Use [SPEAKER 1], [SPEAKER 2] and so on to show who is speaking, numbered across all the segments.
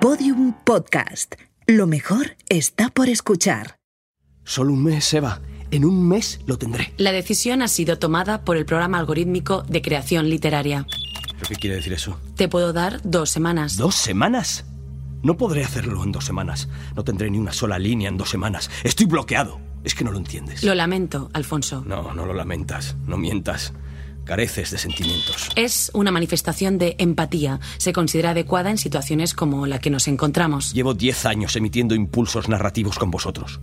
[SPEAKER 1] Podium Podcast. Lo mejor está por escuchar.
[SPEAKER 2] Solo un mes, Eva. En un mes lo tendré.
[SPEAKER 3] La decisión ha sido tomada por el programa algorítmico de creación literaria.
[SPEAKER 2] ¿Pero qué quiere decir eso?
[SPEAKER 3] Te puedo dar dos semanas.
[SPEAKER 2] ¿Dos semanas? No podré hacerlo en dos semanas. No tendré ni una sola línea en dos semanas. Estoy bloqueado. Es que no lo entiendes.
[SPEAKER 3] Lo lamento, Alfonso.
[SPEAKER 2] No, no lo lamentas. No mientas. Careces de sentimientos.
[SPEAKER 3] Es una manifestación de empatía. Se considera adecuada en situaciones como la que nos encontramos.
[SPEAKER 2] Llevo diez años emitiendo impulsos narrativos con vosotros.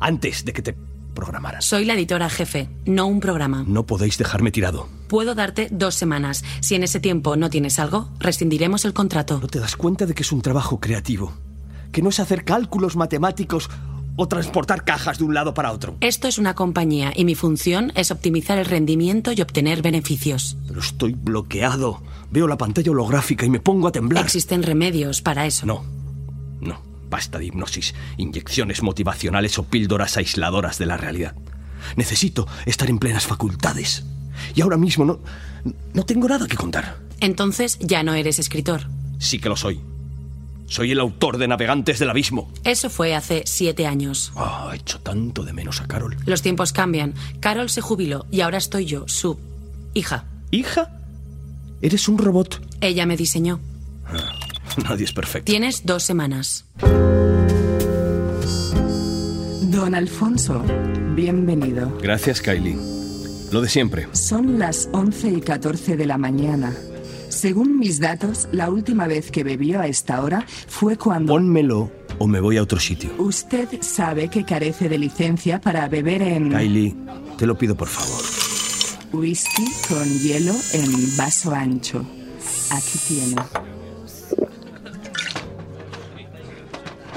[SPEAKER 2] Antes de que te programaras.
[SPEAKER 3] Soy la editora jefe, no un programa.
[SPEAKER 2] No podéis dejarme tirado.
[SPEAKER 3] Puedo darte dos semanas. Si en ese tiempo no tienes algo, rescindiremos el contrato.
[SPEAKER 2] ¿No te das cuenta de que es un trabajo creativo? Que no es hacer cálculos matemáticos o transportar cajas de un lado para otro.
[SPEAKER 3] Esto es una compañía y mi función es optimizar el rendimiento y obtener beneficios.
[SPEAKER 2] Pero estoy bloqueado. Veo la pantalla holográfica y me pongo a temblar.
[SPEAKER 3] Existen remedios para eso.
[SPEAKER 2] No, no. Basta de hipnosis, inyecciones motivacionales o píldoras aisladoras de la realidad. Necesito estar en plenas facultades. Y ahora mismo no, no tengo nada que contar.
[SPEAKER 3] Entonces ya no eres escritor.
[SPEAKER 2] Sí que lo soy. Soy el autor de Navegantes del Abismo.
[SPEAKER 3] Eso fue hace siete años.
[SPEAKER 2] Ah, hecho tanto de menos a Carol.
[SPEAKER 3] Los tiempos cambian. Carol se jubiló y ahora estoy yo, su hija.
[SPEAKER 2] ¿Hija? ¿Eres un robot?
[SPEAKER 3] Ella me diseñó.
[SPEAKER 2] Nadie es perfecto.
[SPEAKER 3] Tienes dos semanas.
[SPEAKER 4] Don Alfonso, bienvenido.
[SPEAKER 2] Gracias, Kylie. Lo de siempre.
[SPEAKER 4] Son las 11 y 14 de la mañana. Según mis datos, la última vez que bebió a esta hora fue cuando...
[SPEAKER 2] Pónmelo o me voy a otro sitio.
[SPEAKER 4] Usted sabe que carece de licencia para beber en
[SPEAKER 2] Kylie, te lo pido por favor.
[SPEAKER 4] whisky con hielo en vaso ancho. Aquí tiene.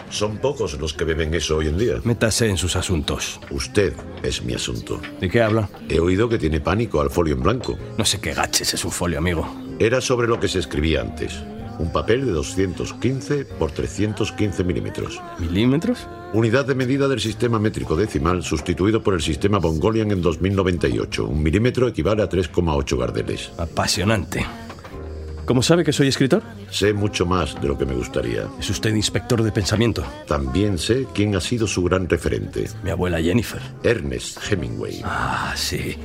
[SPEAKER 5] Son pocos los que beben eso hoy en día.
[SPEAKER 2] Métase en sus asuntos.
[SPEAKER 5] Usted es mi asunto.
[SPEAKER 2] ¿De qué habla?
[SPEAKER 5] He oído que tiene pánico al folio en blanco.
[SPEAKER 2] No sé qué gaches es un folio, amigo.
[SPEAKER 5] Era sobre lo que se escribía antes. Un papel de 215 por 315 milímetros.
[SPEAKER 2] ¿Milímetros?
[SPEAKER 5] Unidad de medida del sistema métrico decimal sustituido por el sistema Bongolian en 2098. Un milímetro equivale a 3,8 gardeles.
[SPEAKER 2] Apasionante. ¿Cómo sabe que soy escritor?
[SPEAKER 5] Sé mucho más de lo que me gustaría.
[SPEAKER 2] Es usted inspector de pensamiento.
[SPEAKER 5] También sé quién ha sido su gran referente.
[SPEAKER 2] Mi abuela Jennifer.
[SPEAKER 5] Ernest Hemingway.
[SPEAKER 2] Ah, sí.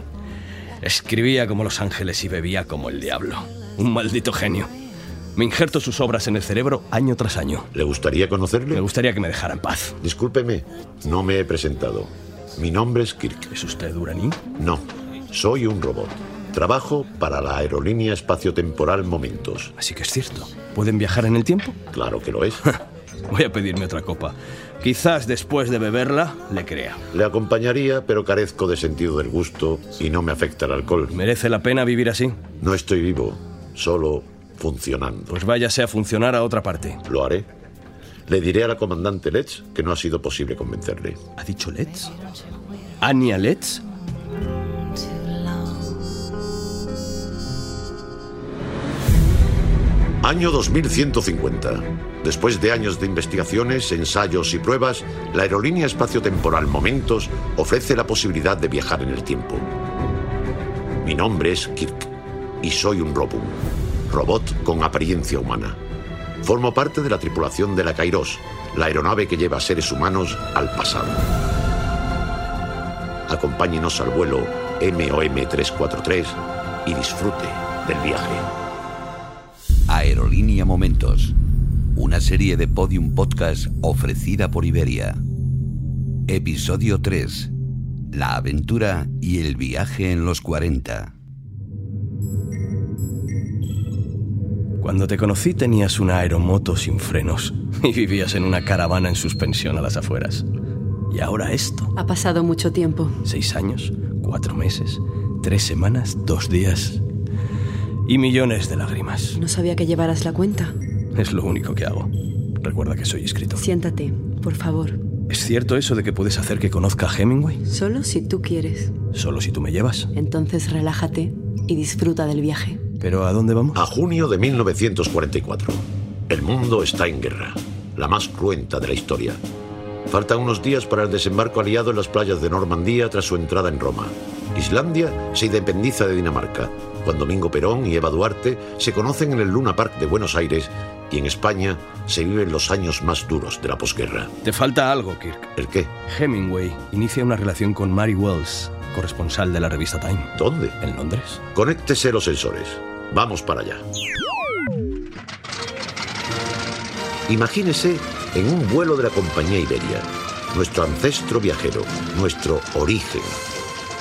[SPEAKER 2] Escribía como los ángeles y bebía como el diablo. Un maldito genio. Me injerto sus obras en el cerebro año tras año.
[SPEAKER 5] ¿Le gustaría
[SPEAKER 2] Me
[SPEAKER 5] conocerle?
[SPEAKER 2] gustaría que me dejara en paz.
[SPEAKER 5] Discúlpeme, no me he presentado. Mi nombre es Kirk.
[SPEAKER 2] ¿Es usted uraní?
[SPEAKER 5] No, soy un robot. Trabajo para la aerolínea espaciotemporal Momentos.
[SPEAKER 2] Así que es cierto. ¿Pueden viajar en el tiempo?
[SPEAKER 5] Claro que lo es.
[SPEAKER 2] Voy a pedirme otra copa. Quizás después de beberla le crea.
[SPEAKER 5] Le acompañaría, pero carezco de sentido del gusto y no me afecta el alcohol.
[SPEAKER 2] ¿Merece la pena vivir así?
[SPEAKER 5] No estoy vivo, solo funcionando.
[SPEAKER 2] Pues váyase a funcionar a otra parte.
[SPEAKER 5] Lo haré. Le diré a la comandante Letts que no ha sido posible convencerle.
[SPEAKER 2] ¿Ha dicho Let's? ¿Ania Let's?
[SPEAKER 5] Año 2150. Después de años de investigaciones, ensayos y pruebas, la aerolínea espaciotemporal Momentos ofrece la posibilidad de viajar en el tiempo. Mi nombre es Kirk y soy un Robum, robot con apariencia humana. Formo parte de la tripulación de la Kairos, la aeronave que lleva a seres humanos al pasado. Acompáñenos al vuelo MOM 343 y disfrute del viaje.
[SPEAKER 6] Aerolínea Momentos, una serie de podium podcast ofrecida por Iberia. Episodio 3. La aventura y el viaje en los 40.
[SPEAKER 2] Cuando te conocí tenías una aeromoto sin frenos y vivías en una caravana en suspensión a las afueras. Y ahora esto.
[SPEAKER 3] Ah.
[SPEAKER 7] Ha pasado mucho tiempo.
[SPEAKER 2] Seis años, cuatro meses, tres semanas, dos días y millones de lágrimas.
[SPEAKER 7] No sabía que llevaras la cuenta.
[SPEAKER 2] Es lo único que hago. Recuerda que soy escritor.
[SPEAKER 7] Siéntate, por favor.
[SPEAKER 2] ¿Es cierto eso de que puedes hacer que conozca a Hemingway?
[SPEAKER 7] Solo si tú quieres.
[SPEAKER 2] Solo si tú me llevas.
[SPEAKER 7] Entonces relájate y disfruta del viaje.
[SPEAKER 2] ¿Pero a dónde vamos?
[SPEAKER 5] A junio de 1944. El mundo está en guerra, la más cruenta de la historia. Faltan unos días para el desembarco aliado en las playas de Normandía tras su entrada en Roma. Islandia se independiza de Dinamarca, Juan Domingo Perón y Eva Duarte se conocen en el Luna Park de Buenos Aires y en España se viven los años más duros de la posguerra.
[SPEAKER 2] Te falta algo, Kirk.
[SPEAKER 5] ¿El qué?
[SPEAKER 2] Hemingway inicia una relación con Mary Wells, corresponsal de la revista Time,
[SPEAKER 5] ¿Dónde?
[SPEAKER 2] en Londres.
[SPEAKER 5] Conéctese los sensores. Vamos para allá. Imagínese en un vuelo de la compañía Iberia, nuestro ancestro viajero, nuestro origen.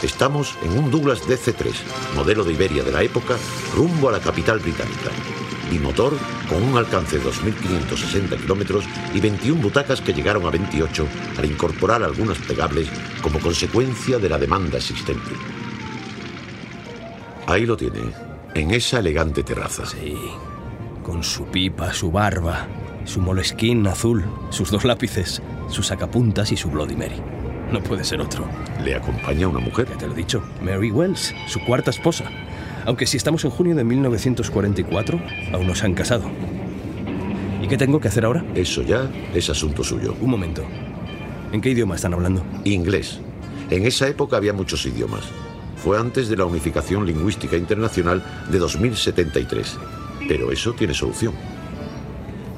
[SPEAKER 5] Estamos en un Douglas DC-3, modelo de Iberia de la época, rumbo a la capital británica. Bimotor con un alcance de 2.560 kilómetros y 21 butacas que llegaron a 28 al incorporar algunas plegables como consecuencia de la demanda existente. Ahí lo tiene, en esa elegante terraza.
[SPEAKER 2] Sí, con su pipa, su barba, su molesquín azul, sus dos lápices, sus sacapuntas y su Bloody Mary. No puede ser otro.
[SPEAKER 5] Le acompaña una mujer.
[SPEAKER 2] Ya te lo he dicho, Mary Wells, su cuarta esposa. Aunque si estamos en junio de 1944, aún no se han casado. ¿Y qué tengo que hacer ahora?
[SPEAKER 5] Eso ya es asunto suyo.
[SPEAKER 2] Un momento. ¿En qué idioma están hablando?
[SPEAKER 5] Inglés. En esa época había muchos idiomas. Fue antes de la unificación lingüística internacional de 2073. Pero eso tiene solución.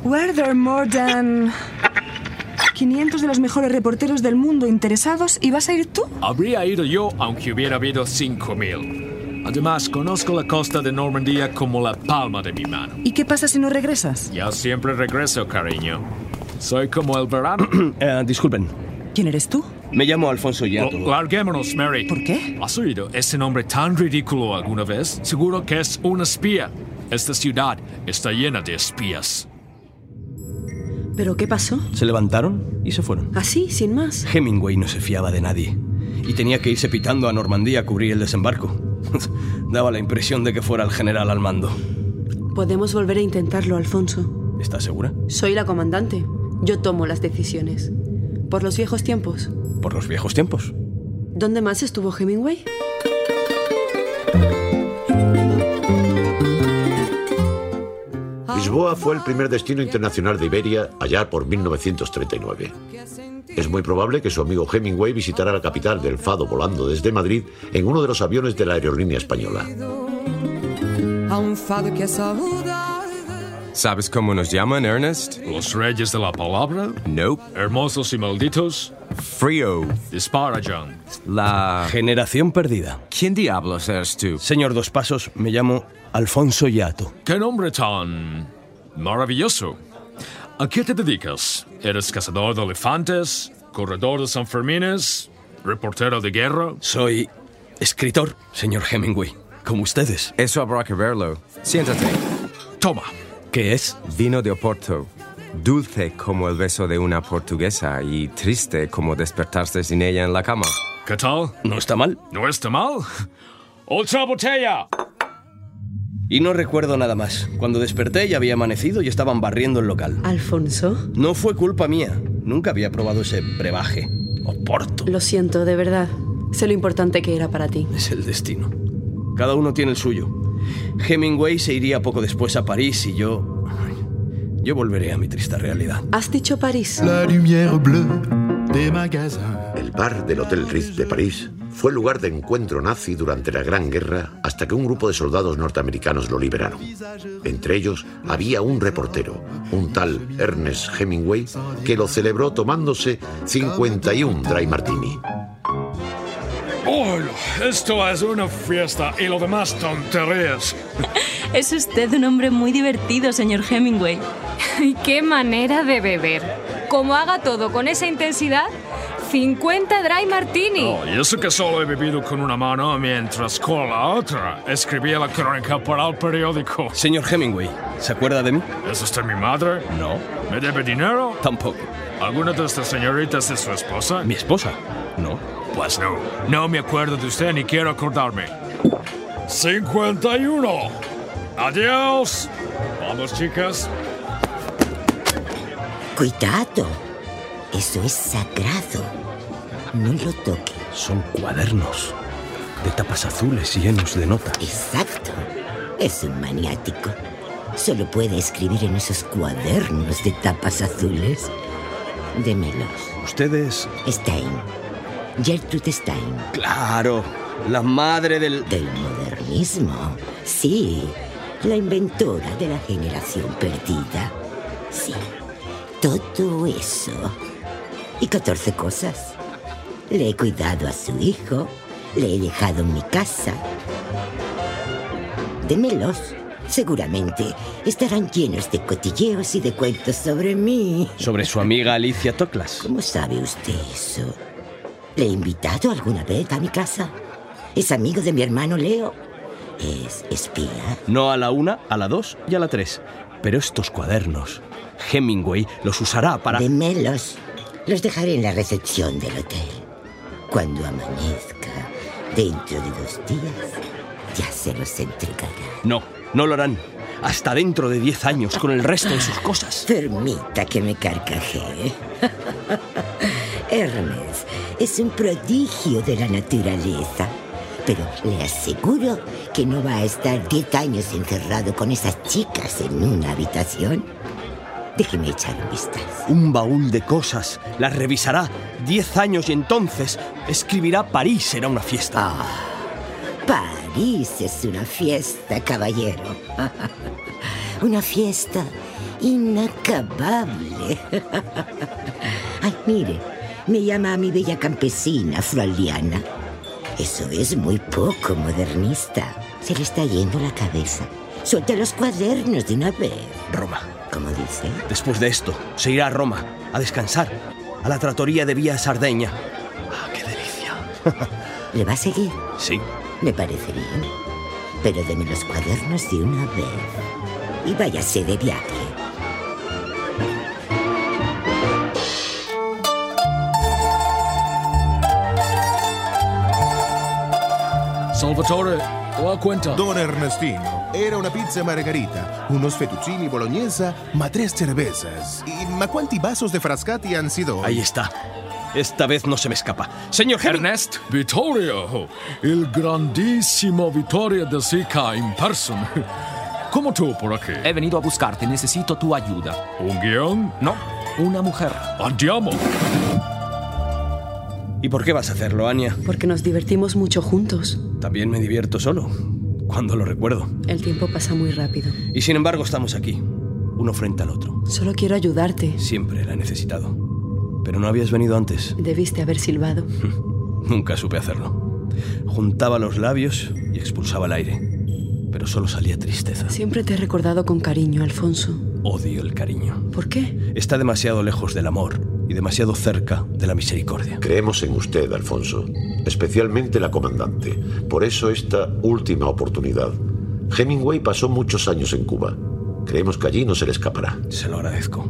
[SPEAKER 8] Were there more than 500 de los mejores reporteros del mundo interesados y vas a ir tú?
[SPEAKER 9] Habría ido yo aunque hubiera habido 5.000. Además, conozco la costa de Normandía como la palma de mi mano.
[SPEAKER 8] ¿Y qué pasa si no regresas?
[SPEAKER 9] Ya siempre regreso, cariño. Soy como el verano.
[SPEAKER 2] Eh, disculpen,
[SPEAKER 8] ¿Quién eres tú?
[SPEAKER 2] me llamo Alfonso Yato.
[SPEAKER 9] Lo- larguémonos, Mary.
[SPEAKER 8] ¿Por qué?
[SPEAKER 9] ¿Has oído ese nombre tan ridículo alguna vez? Seguro que es un espía. Esta ciudad está llena de espías.
[SPEAKER 7] ¿Pero qué pasó?
[SPEAKER 2] Se levantaron y se fueron.
[SPEAKER 7] Así, sin más.
[SPEAKER 2] Hemingway no se fiaba de nadie y tenía que irse pitando a Normandía a cubrir el desembarco. Daba la impresión de que fuera el general al mando.
[SPEAKER 7] Podemos volver a intentarlo, Alfonso.
[SPEAKER 2] ¿Estás segura?
[SPEAKER 7] Soy la comandante. Yo tomo las decisiones. Por los viejos tiempos.
[SPEAKER 2] Por los viejos tiempos.
[SPEAKER 7] ¿Dónde más estuvo Hemingway?
[SPEAKER 5] Lisboa fue el primer destino internacional de Iberia allá por 1939. Es muy probable que su amigo Hemingway visitara la capital del Fado volando desde Madrid en uno de los aviones de la aerolínea española.
[SPEAKER 10] ¿Sabes cómo nos llaman, Ernest?
[SPEAKER 9] ¿Los reyes de la palabra?
[SPEAKER 10] Nope.
[SPEAKER 9] ¿Hermosos y malditos?
[SPEAKER 10] Frio.
[SPEAKER 9] Dispara, John.
[SPEAKER 10] La...
[SPEAKER 2] Generación perdida.
[SPEAKER 10] ¿Quién diablos eres tú?
[SPEAKER 2] Señor Dos Pasos, me llamo Alfonso Yato.
[SPEAKER 9] ¡Qué nombre tan maravilloso! ¿A qué te dedicas? ¿Eres cazador de elefantes? ¿Corredor de Sanfermines? ¿Reportero de guerra?
[SPEAKER 2] Soy escritor, señor Hemingway, como ustedes.
[SPEAKER 10] Eso habrá que verlo. Siéntate.
[SPEAKER 9] Toma.
[SPEAKER 2] ¿Qué es?
[SPEAKER 10] Vino de Oporto. Dulce como el beso de una portuguesa y triste como despertarse sin ella en la cama.
[SPEAKER 9] ¿Qué tal?
[SPEAKER 2] No está mal.
[SPEAKER 9] ¿No está mal? ¡Otra botella!
[SPEAKER 2] Y no recuerdo nada más. Cuando desperté ya había amanecido y estaban barriendo el local.
[SPEAKER 7] Alfonso.
[SPEAKER 2] No fue culpa mía. Nunca había probado ese brebaje. Oporto.
[SPEAKER 7] Lo siento, de verdad. Sé lo importante que era para ti.
[SPEAKER 2] Es el destino. Cada uno tiene el suyo. Hemingway se iría poco después a París y yo... Yo volveré a mi triste realidad.
[SPEAKER 7] Has dicho París.
[SPEAKER 5] El bar del Hotel Ritz de París fue el lugar de encuentro nazi durante la Gran Guerra hasta que un grupo de soldados norteamericanos lo liberaron. Entre ellos había un reportero, un tal Ernest Hemingway, que lo celebró tomándose 51 dry martini.
[SPEAKER 9] ¡Oh! Esto es una fiesta y lo demás tonterías.
[SPEAKER 11] Es usted un hombre muy divertido, señor Hemingway.
[SPEAKER 12] ¡Ay, qué manera de beber! Como haga todo con esa intensidad, 50 dry martini.
[SPEAKER 9] Oh, y eso que solo he bebido con una mano mientras con la otra escribía la crónica para el periódico.
[SPEAKER 2] Señor Hemingway, ¿se acuerda de mí?
[SPEAKER 9] ¿Es usted mi madre?
[SPEAKER 2] No.
[SPEAKER 9] ¿Me debe dinero?
[SPEAKER 2] Tampoco.
[SPEAKER 9] ¿Alguna de estas señoritas es su esposa?
[SPEAKER 2] ¿Mi esposa? No.
[SPEAKER 9] Pues no. No me acuerdo de usted ni quiero acordarme. 51. Adiós. Vamos, chicas.
[SPEAKER 1] Cuidado. Eso es sagrado. No lo toque.
[SPEAKER 2] Son cuadernos de tapas azules llenos de notas.
[SPEAKER 1] Exacto. Es un maniático. Solo puede escribir en esos cuadernos de tapas azules. Démelos.
[SPEAKER 2] Ustedes...
[SPEAKER 1] Stein. Gertrude Stein.
[SPEAKER 2] Claro, la madre del...
[SPEAKER 1] Del modernismo. Sí. la inventora de la generación perdida. Sí, todo eso. Y 14 cosas. Le he cuidado a su hijo, le he dejado en mi casa. Démelos. Seguramente estarán llenos de cotilleos y de cuentos sobre mí.
[SPEAKER 2] Sobre su amiga Alicia Toclas.
[SPEAKER 1] ¿Cómo sabe usted eso? ¿Le he invitado alguna vez a mi casa? Es amigo de mi hermano Leo. Es espía.
[SPEAKER 2] No a la una, a la dos y a la tres. Pero estos cuadernos, Hemingway los usará para...
[SPEAKER 1] Demelos. Los dejaré en la recepción del hotel. Cuando amanezca, dentro de dos días, ya se los entregará.
[SPEAKER 2] No, no lo harán. Hasta dentro de diez años, con el resto de sus cosas.
[SPEAKER 1] Permita que me carcajee. Hermes es un prodigio de la naturaleza. Pero le aseguro que no va a estar diez años encerrado con esas chicas en una habitación. Déjeme echar un vistazo.
[SPEAKER 2] Un baúl de cosas. Las revisará diez años y entonces escribirá París será una fiesta.
[SPEAKER 1] París es una fiesta, caballero. una fiesta inacabable. Ay, mire, me llama a mi bella campesina, Fraliana. Eso es muy poco modernista. Se le está yendo la cabeza. Suelta los cuadernos de una vez.
[SPEAKER 2] Roma.
[SPEAKER 1] ¿Cómo dice?
[SPEAKER 2] Después de esto, se irá a Roma, a descansar, a la tratoría de Vía Sardeña. ¡Ah, qué delicia!
[SPEAKER 1] ¿Le va a seguir?
[SPEAKER 2] Sí.
[SPEAKER 1] Me parece bien. Pero deme los cuadernos de una vez. Y váyase de viaje.
[SPEAKER 6] Salvatore, la cuenta.
[SPEAKER 10] Don Ernestino, era una pizza margherita, unos fettuccini bolognese, ma tres cervezas. ¿Y ma cuánti vasos de frascati han sido?
[SPEAKER 2] Ahí está. Esta vez no se me escapa. Señor Heming-
[SPEAKER 6] Ernest. Vittorio, el grandísimo Vittorio de Sica in person. ¿Cómo tú por aquí?
[SPEAKER 9] He venido a buscarte, necesito tu ayuda.
[SPEAKER 6] ¿Un guión?
[SPEAKER 9] No, una mujer.
[SPEAKER 6] Andiamo.
[SPEAKER 2] ¿Y por qué vas a hacerlo, Anya?
[SPEAKER 3] Porque nos divertimos mucho juntos.
[SPEAKER 2] También me divierto solo, cuando lo recuerdo.
[SPEAKER 3] El tiempo pasa muy rápido.
[SPEAKER 2] Y sin embargo estamos aquí, uno frente al otro.
[SPEAKER 3] Solo quiero ayudarte.
[SPEAKER 2] Siempre la he necesitado. Pero no habías venido antes.
[SPEAKER 3] Debiste haber silbado.
[SPEAKER 2] Nunca supe hacerlo. Juntaba los labios y expulsaba el aire. Pero solo salía tristeza.
[SPEAKER 3] Siempre te he recordado con cariño, Alfonso.
[SPEAKER 2] Odio el cariño.
[SPEAKER 3] ¿Por qué?
[SPEAKER 2] Está demasiado lejos del amor y demasiado cerca de la misericordia.
[SPEAKER 5] Creemos en usted, Alfonso, especialmente la comandante. Por eso esta última oportunidad. Hemingway pasó muchos años en Cuba. Creemos que allí no se le escapará.
[SPEAKER 2] Se lo agradezco.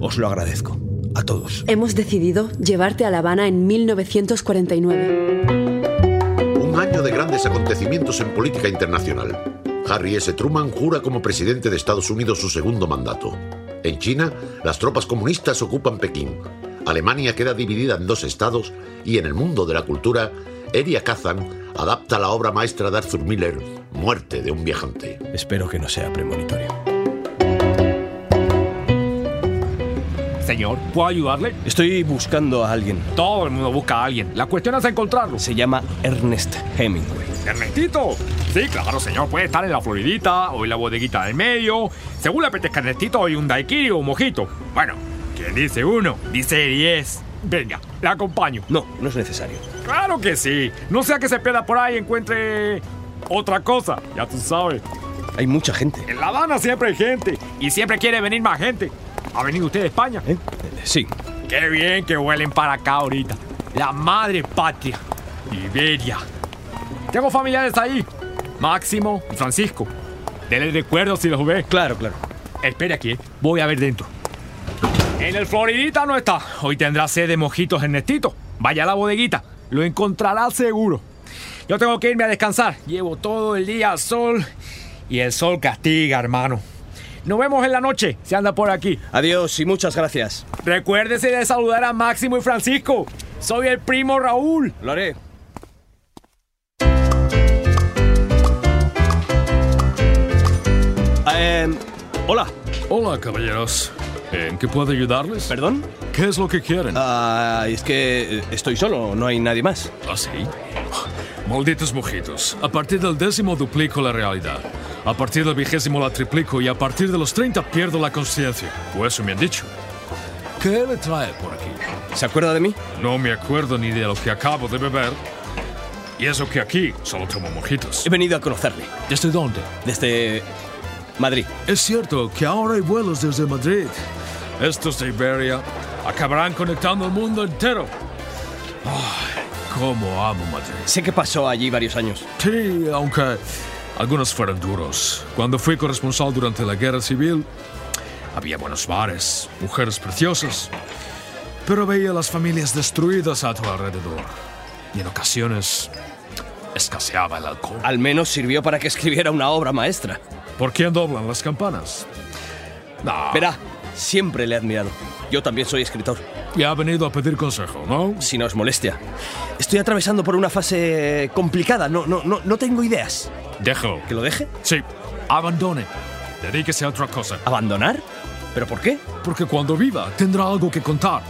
[SPEAKER 2] Os lo agradezco. A todos.
[SPEAKER 3] Hemos decidido llevarte a La Habana en 1949.
[SPEAKER 5] Un año de grandes acontecimientos en política internacional. Harry S. Truman jura como presidente de Estados Unidos su segundo mandato. En China, las tropas comunistas ocupan Pekín. Alemania queda dividida en dos estados y en el mundo de la cultura, Eria Kazan adapta la obra maestra de Arthur Miller, Muerte de un viajante.
[SPEAKER 2] Espero que no sea premonitorio.
[SPEAKER 9] Señor, ¿puedo ayudarle?
[SPEAKER 2] Estoy buscando a alguien.
[SPEAKER 9] Todo el mundo busca a alguien. La cuestión es encontrarlo.
[SPEAKER 2] Se llama Ernest Hemingway.
[SPEAKER 9] Ernestito. Sí, claro, señor. Puede estar en la Floridita o en la bodeguita del medio. Según le apetezca Ernestito, hay un daiquiri o un mojito. Bueno, quien dice uno, dice diez. Venga, la acompaño.
[SPEAKER 2] No, no es necesario.
[SPEAKER 9] Claro que sí. No sea que se pierda por ahí y encuentre otra cosa. Ya tú sabes.
[SPEAKER 2] Hay mucha gente.
[SPEAKER 9] En La Habana siempre hay gente. Y siempre quiere venir más gente. ¿Ha venido usted de España?
[SPEAKER 2] ¿Eh? Sí.
[SPEAKER 9] Qué bien que huelen para acá ahorita. La madre patria. Iberia. Tengo familiares ahí. Máximo y Francisco. Dele recuerdo si los ve.
[SPEAKER 2] Claro, claro.
[SPEAKER 9] Espere aquí, eh. voy a ver dentro. En el Floridita no está. Hoy tendrá sed de mojitos Ernestito. Vaya a la bodeguita. Lo encontrará seguro. Yo tengo que irme a descansar. Llevo todo el día al sol. Y el sol castiga, hermano. Nos vemos en la noche, si anda por aquí.
[SPEAKER 2] Adiós y muchas gracias.
[SPEAKER 9] Recuérdese de saludar a Máximo y Francisco. Soy el primo Raúl.
[SPEAKER 2] Lo haré. Eh, hola.
[SPEAKER 6] Hola, caballeros. ¿En qué puedo ayudarles?
[SPEAKER 2] ¿Perdón?
[SPEAKER 6] ¿Qué es lo que quieren?
[SPEAKER 2] eh, Ah, es que estoy solo, no hay nadie más.
[SPEAKER 6] ¿Ah, sí?
[SPEAKER 9] Malditos mojitos. A partir del décimo duplico la realidad. A partir del vigésimo la triplico y a partir de los 30 pierdo la conciencia. O eso me han dicho. ¿Qué le trae por aquí?
[SPEAKER 2] ¿Se acuerda de mí?
[SPEAKER 9] No me acuerdo ni de lo que acabo de beber. Y eso que aquí solo tomo mojitos.
[SPEAKER 2] He venido a conocerle.
[SPEAKER 9] ¿Desde dónde?
[SPEAKER 2] Desde Madrid.
[SPEAKER 9] Es cierto que ahora hay vuelos desde Madrid. Estos de Iberia acabarán conectando el mundo entero. Ay, cómo amo Madrid.
[SPEAKER 2] Sé que pasó allí varios años.
[SPEAKER 9] Sí, aunque algunos fueron duros. Cuando fui corresponsal durante la guerra civil, había buenos bares, mujeres preciosas, pero veía las familias destruidas a tu alrededor. Y en ocasiones escaseaba el alcohol.
[SPEAKER 2] Al menos sirvió para que escribiera una obra maestra.
[SPEAKER 9] ¿Por quién doblan las campanas? No.
[SPEAKER 2] Verá, siempre le he admirado. Yo también soy escritor.
[SPEAKER 9] Y ha venido a pedir consejo, ¿no?
[SPEAKER 2] Si no es molestia. Estoy atravesando por una fase complicada. No, no, no, no tengo ideas.
[SPEAKER 9] Dejo.
[SPEAKER 2] ¿Que lo deje?
[SPEAKER 9] Sí. Abandone. Dedíquese a otra cosa.
[SPEAKER 2] ¿Abandonar? ¿Pero por qué?
[SPEAKER 9] Porque cuando viva tendrá algo que contar.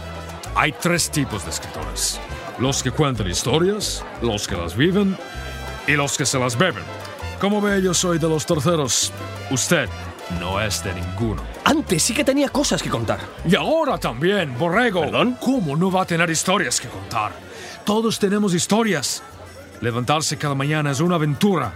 [SPEAKER 9] Hay tres tipos de escritores. Los que cuentan historias, los que las viven y los que se las beben. Como ve, yo soy de los terceros. Usted no es de ninguno.
[SPEAKER 2] Antes sí que tenía cosas que contar.
[SPEAKER 9] Y ahora también, borrego.
[SPEAKER 2] ¿Perdón?
[SPEAKER 9] ¿Cómo no va a tener historias que contar? Todos tenemos historias. Levantarse cada mañana es una aventura.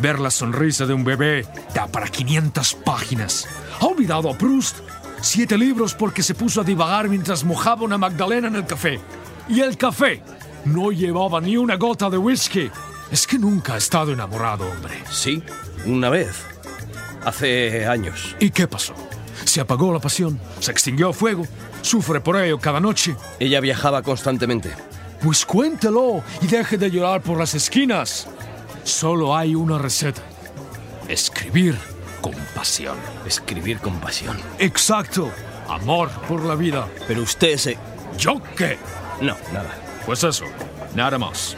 [SPEAKER 9] Ver la sonrisa de un bebé da para 500 páginas. ¿Ha olvidado a Proust? Siete libros porque se puso a divagar mientras mojaba una magdalena en el café. Y el café no llevaba ni una gota de whisky. Es que nunca ha estado enamorado, hombre.
[SPEAKER 2] Sí, una vez. Hace años.
[SPEAKER 9] ¿Y qué pasó? Se apagó la pasión, se extinguió el fuego, sufre por ello cada noche.
[SPEAKER 2] Ella viajaba constantemente.
[SPEAKER 9] Pues cuéntelo y deje de llorar por las esquinas. Solo hay una receta. Escribir con pasión.
[SPEAKER 2] Escribir con pasión.
[SPEAKER 9] Exacto. Amor por la vida.
[SPEAKER 2] Pero usted se...
[SPEAKER 9] ¿Yo qué?
[SPEAKER 2] No, nada.
[SPEAKER 9] Pues eso, nada más.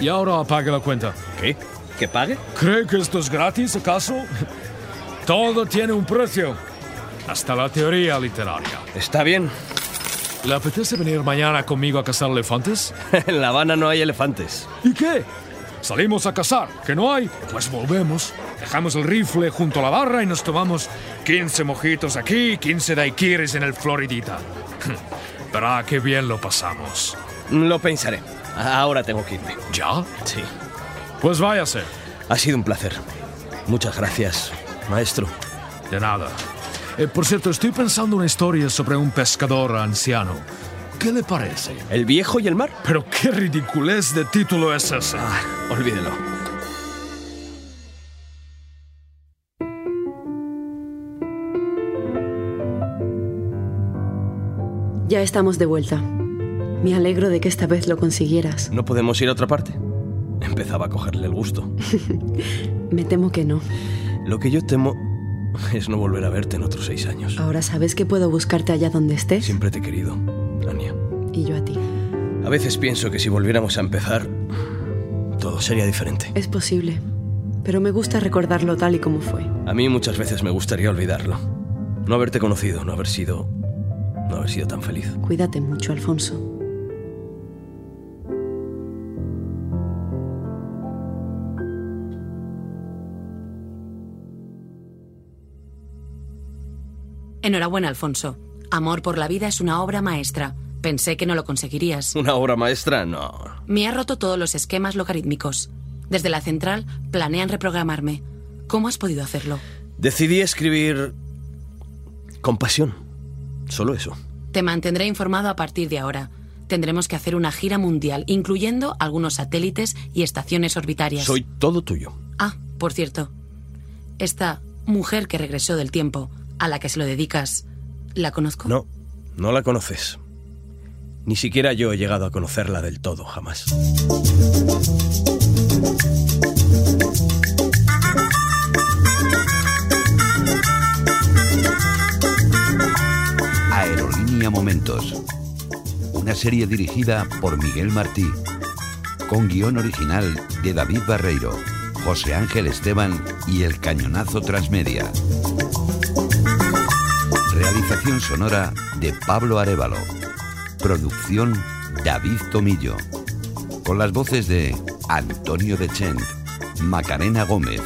[SPEAKER 9] Y ahora apague la cuenta.
[SPEAKER 2] ¿Qué? ¿Que pague?
[SPEAKER 9] ¿Cree que esto es gratis, acaso? Todo tiene un precio. Hasta la teoría literaria.
[SPEAKER 2] Está bien.
[SPEAKER 9] ¿Le apetece venir mañana conmigo a cazar elefantes?
[SPEAKER 2] en La Habana no hay elefantes.
[SPEAKER 9] ¿Y qué? Salimos a cazar, que no hay, pues volvemos. Dejamos el rifle junto a la barra y nos tomamos 15 mojitos aquí y 15 daiquiris en el Floridita. Verá qué bien lo pasamos.
[SPEAKER 2] Lo pensaré. Ahora tengo que irme.
[SPEAKER 9] ¿Ya?
[SPEAKER 2] Sí.
[SPEAKER 9] Pues váyase.
[SPEAKER 2] Ha sido un placer. Muchas gracias maestro.
[SPEAKER 9] De nada. Eh, por cierto, estoy pensando una historia sobre un pescador anciano. ¿Qué le parece?
[SPEAKER 2] ¿El viejo y el mar?
[SPEAKER 9] Pero qué ridiculez de título es ese.
[SPEAKER 2] Ah, olvídelo.
[SPEAKER 7] Ya estamos de vuelta. Me alegro de que esta vez lo consiguieras.
[SPEAKER 2] ¿No podemos ir a otra parte? Empezaba a cogerle el gusto.
[SPEAKER 7] Me temo que no.
[SPEAKER 2] Lo que yo temo es no volver a verte en otros seis años.
[SPEAKER 7] Ahora sabes que puedo buscarte allá donde estés.
[SPEAKER 2] Siempre te he querido, Ania.
[SPEAKER 7] Y yo a ti.
[SPEAKER 2] A veces pienso que si volviéramos a empezar, todo sería diferente.
[SPEAKER 7] Es posible, pero me gusta recordarlo tal y como fue.
[SPEAKER 2] A mí muchas veces me gustaría olvidarlo. No haberte conocido, no haber sido... no haber sido tan feliz.
[SPEAKER 7] Cuídate mucho, Alfonso.
[SPEAKER 3] Enhorabuena, Alfonso. Amor por la vida es una obra maestra. Pensé que no lo conseguirías.
[SPEAKER 2] ¿Una obra maestra? No.
[SPEAKER 3] Me ha roto todos los esquemas logarítmicos. Desde la central planean reprogramarme. ¿Cómo has podido hacerlo?
[SPEAKER 2] Decidí escribir... con pasión. Solo eso.
[SPEAKER 3] Te mantendré informado a partir de ahora. Tendremos que hacer una gira mundial, incluyendo algunos satélites y estaciones orbitarias.
[SPEAKER 2] Soy todo tuyo.
[SPEAKER 3] Ah, por cierto. Esta mujer que regresó del tiempo, a la que se lo dedicas, ¿la conozco?
[SPEAKER 2] No, no la conoces. Ni siquiera yo he llegado a conocerla del todo, jamás.
[SPEAKER 6] Aerolínea Momentos. Una serie dirigida por Miguel Martí. Con guión original de David Barreiro, José Ángel Esteban y El Cañonazo Transmedia. Realización sonora de Pablo Arevalo. Producción David Tomillo. Con las voces de Antonio de Chent, Macarena Gómez,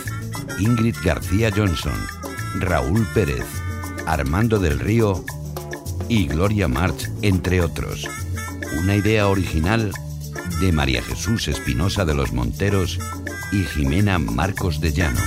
[SPEAKER 6] Ingrid García Johnson, Raúl Pérez, Armando del Río y Gloria March, entre otros. Una idea original de María Jesús Espinosa de los Monteros y Jimena Marcos de Llano.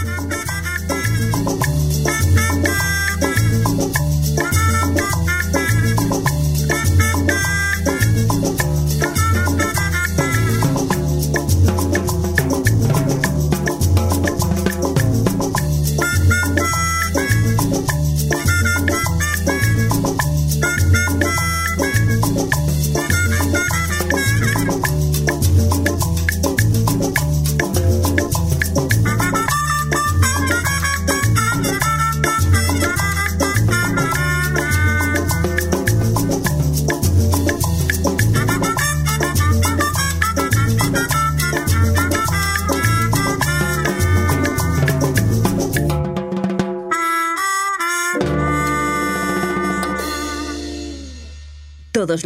[SPEAKER 3] Todos